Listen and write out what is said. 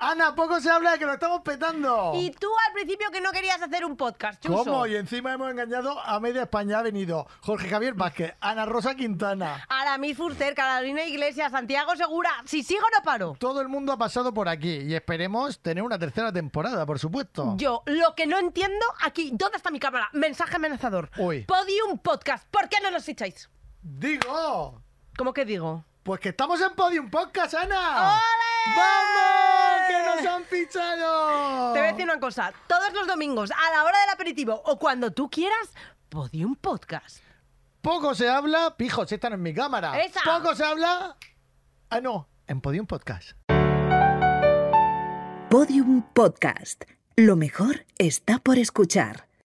Ana, poco se habla de que lo estamos petando. Y tú al principio que no querías hacer un podcast, Chuso. ¿Cómo? Y encima hemos engañado a media España. Ha venido Jorge Javier Vázquez, Ana Rosa Quintana. Aramis Furter, Carolina Iglesias, Santiago Segura. Si sigo, no paro. Todo el mundo ha pasado por aquí y esperemos tener una tercera temporada, por supuesto. Yo, lo que no entiendo aquí, ¿dónde está mi cámara? Mensaje amenazador. Uy. Podium Podcast, ¿por qué no nos echáis? Digo, ¿Cómo que digo? pues que estamos en Podium Podcast, Ana. ¡Ole! ¡Vamos! ¡Que nos han fichado! Te voy a decir una cosa, todos los domingos, a la hora del aperitivo o cuando tú quieras, Podium Podcast. Poco se habla, pijos, están en mi cámara. ¡Esa! Poco se habla. Ah, no, en Podium Podcast. Podium Podcast. Lo mejor está por escuchar.